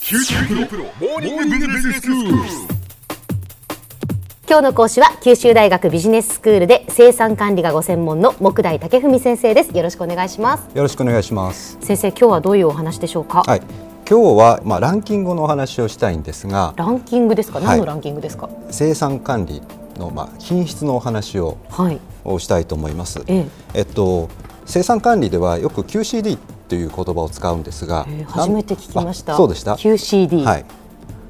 九州プロモーニングビジネススクール。今日の講師は九州大学ビジネススクールで生産管理がご専門の木大武文先生ですよろしくお願いしますよろしくお願いします。先生今日はどういうお話でしょうか、はい、今日はまあランキングのお話をしたいんですが、ランキングですかい何のランキングですか生産管理のまあ品質のお話をはい、をしたいと思います。ええっと生産管理ではよく QCD という言葉を使うんですがえ、ーなん初めて聞きましたあそうでした。 QCD、はい。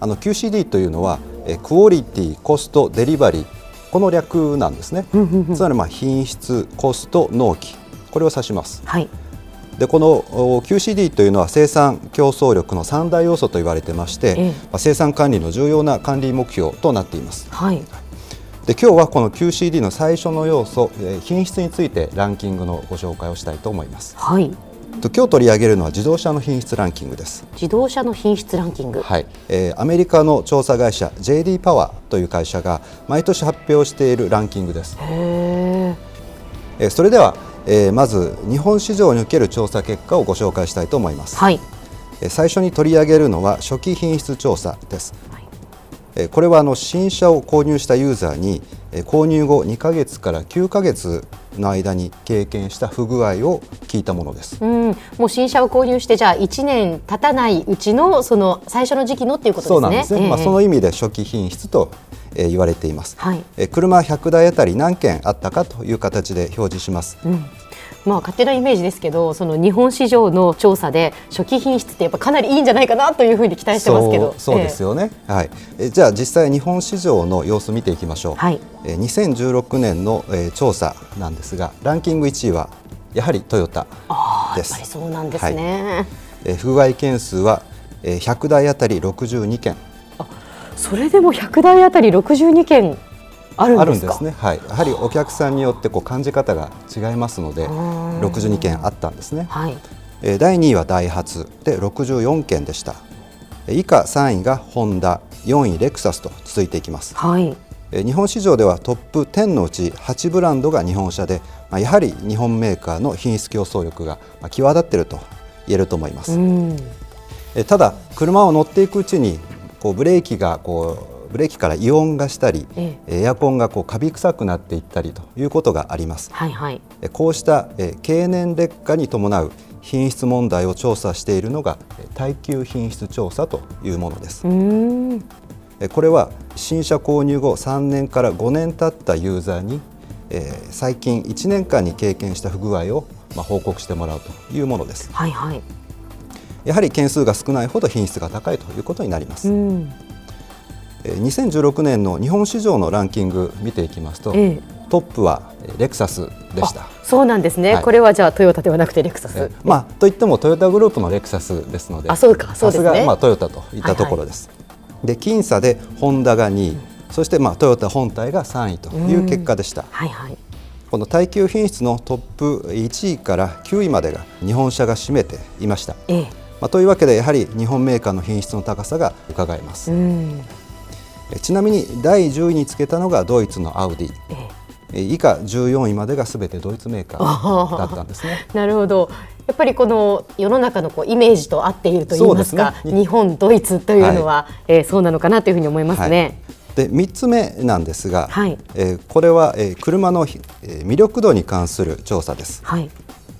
あの QCD というのはえークオリティ、コスト、デリバリーこの略なんですね。つまりまあ品質、コスト、納期これを指します。はいでこのお QCD というのは生産競争力の三大要素と言われてまして、ええまあ生産管理の重要な管理目標となっています。はいで今日はこの QCD の最初の要素、えー品質についてランキングのご紹介をしたいと思います。はいと今日取り上げるのは自動車の品質ランキングです。自動車の品質ランキングはいえーアメリカの調査会社 JD パワーという会社が毎年発表しているランキングです。えーそれでは、えーまず日本市場における調査結果をご紹介したいと思います。はいえー最初に取り上げるのは初期品質調査です。はいえーこれはあの新車を購入したユーザーにえー購入後2ヶ月から9ヶ月の間に経験した不具合を聞いたものです。うん、もう新車を購入してじゃあ1年経たないうちのその最初の時期のっていうことですね。そうなんですね。まあええその意味で初期品質とえー言われています。はいえー車100台あたり何件あったかという形で表示します。まあ勝手なイメージですけど、その日本市場の調査で初期品質ってやっぱかなりいいんじゃないかなというふうに期待してますけど。そうそうですよね、はい、えじゃあ実際日本市場の様子見ていきましょう、はいえー2016年の、えー調査なんですがランキング1位はやはりトヨタでええ。やっぱりす、そうなんですね。えー不具合件数は、えー100台あたり62件それでも100台あたり62件あるあんるでんすでか。すね、はい、やはりお客さんによってこう感じ方が違いますので62件あったんですね、はい。えー第2位はダイハツで64件でしたえー以下3位がホンダ4位レクサスと続いていきますはい。えー日本市場ではトップ10のうち8ブランドが日本車で、まあ、やはり日本メーカーの品質競争力がまあ際立っていると言えると思います、うん。えーただ車を乗っていくうちにこうブレーキがこうブレーキから異音がしたり、えエアコンがこうカビ臭くなっていったりということがありますはいはい。えーこうしたえー経年劣化に伴う品質問題を調査しているのがえー耐久品質調査というものですうーん。えーこれは新車購入後3年から5年経ったユーザーに、えー最近1年間に経験した不具合を、まあ、報告してもらうというものです。はいはい。やはり件数が少ないほど品質が高いということになります。うん。えー2016年の日本市場のランキング見ていきますと、ええトップはえーレクサスでした。そうなんですね。はいこれはじゃあトヨタではなくてレクサス。えーまあ、といってもトヨタグループのレクサスですので、あそうかそうですねさが、まあ、トヨタといったところです。で、僅差でホンダが2位、そして、まあ、トヨタ本体が3位という結果でした。はいはい。この耐久品質のトップ1位から9位までが日本車が占めていました。ええ。まあ、というわけで、やはり日本メーカーの品質の高さが伺えます。うん。えちなみに第10位につけたのがドイツのアウディ。ええ。え以下14位までがすべてドイツメーカーだったんですね。なるほど。やっぱりこの世の中のこうイメージと合っていると言いますか、そうですね日本ドイツというのは、えーそうなのかなというふうに思いますね。で3つ目なんですが、はいえーこれは、えー車のひ、えー魅力度に関する調査です、はい。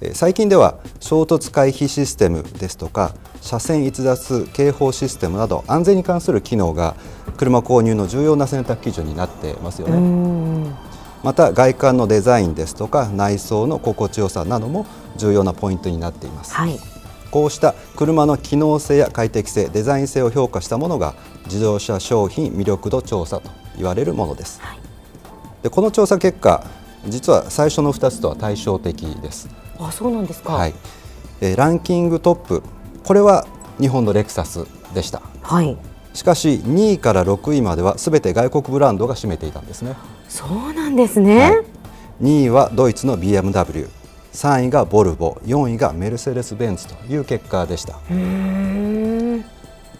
えー最近では衝突回避システムですとか車線逸脱警報システムなど安全に関する機能が車購入の重要な選択基準になってますよねまた外観のデザインですとか内装の心地よさなども重要なポイントになっています、はい。こうした車の機能性や快適性、デザイン性を評価したものが自動車商品魅力度調査と言われるものです。はいでこの調査結果、実は最初の2つとは対照的です。あ、そうなんですか。はいえーランキングトップ、これは日本のレクサスでした。はいしかし2位から6位まではすべて外国ブランドが占めていたんですね。そうなんですね。 2位はドイツの BMW、3位がボルボ、4位がメルセデス・ベンツという結果でした。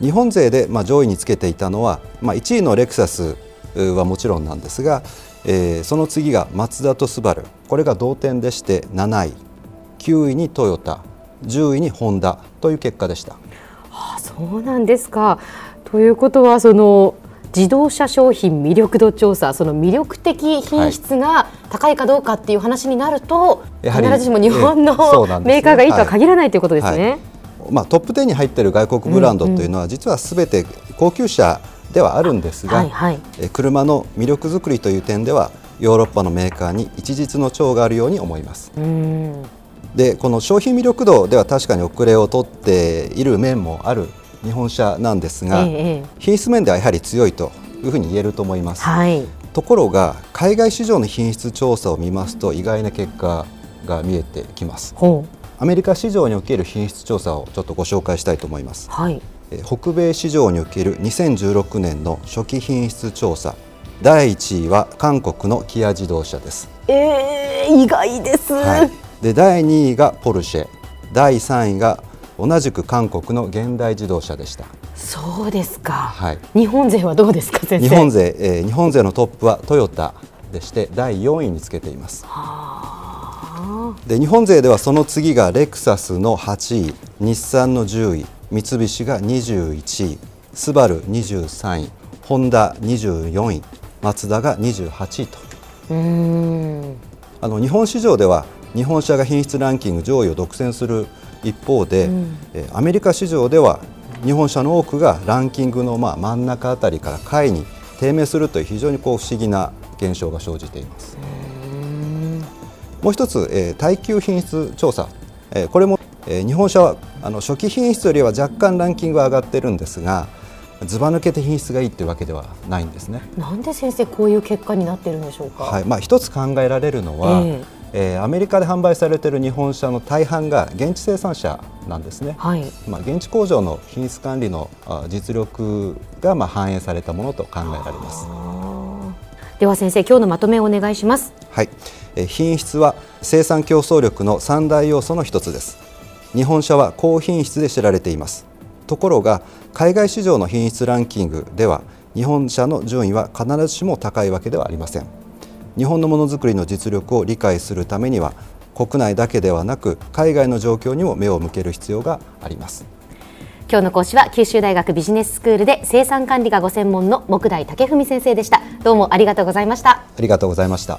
日本勢でまあ上位につけていたのは、まあ、1位のレクサスうはもちろんなんですが、えーその次がマツダとスバルこれが同点でして7位9位にトヨタ10位にホンダという結果でしたあ、そそうなんですか。ということはその自動車商品魅力度調査その魅力的品質が高いかどうかっていう話になると、やはり必ずしも日本ええそのうなんですねメーカーがいいとは限らないということですね。はいまあ、トップ10に入っている外国ブランドというのは、実はすべて高級車ではあるんですが、はいはいえ車の魅力づくりという点ではヨーロッパのメーカーに一日の長があるように思います。うんでこの商品魅力度では確かに遅れを取っている面もある日本車なんですが、ええええ品質面ではやはり強いというふうに言えると思います、はい。ところが海外市場の品質調査を見ますと意外な結果が見えてきますほうアメリカ市場における品質調査をちょっとご紹介したいと思いますはい。えー北米市場における2016年の初期品質調査第1位は韓国のキア自動車です、えー、意外です。はい、で第2位がポルシェ第3位が同じく韓国の現代自動車でした、そうですか、はい、日本勢はどうですか先生。日本勢、えー日本勢のトップはトヨタでして第4位につけていますで日本勢ではその次がレクサスの8位日産の10位三菱が21位スバル23位ホンダ24位マツダが28位とうーんあの日本市場では日本車が品質ランキング上位を独占する一方で、えーアメリカ市場では日本車の多くがランキングのまあ真ん中あたりから下位に低迷するという非常にこう不思議な現象が生じています。もう一つ、えー耐久品質調査、えーこれも、えー日本車はあの初期品質よりは若干ランキングは上がってるんですがずば抜けて品質がいいというわけではないんですね。なんで先生こういう結果になってるんでしょうか。はいまあ、一つ考えられるのは、えええーアメリカで販売されている日本車の大半が現地生産車なんですね、はい。まあ、現地工場の品質管理のあ実力がまあ反映されたものと考えられます、では先生今日のまとめをお願いします。はいえー品質は生産競争力の三大要素の一つです日本車は高品質で知られていますところが海外市場の品質ランキングでは日本車の順位は必ずしも高いわけではありません日本のものづくりの実力を理解するためには国内だけではなく海外の状況にも目を向ける必要があります今日の講師は九州大学ビジネススクールで生産管理がご専門の木大武文先生でした。どうもありがとうございました。ありがとうございました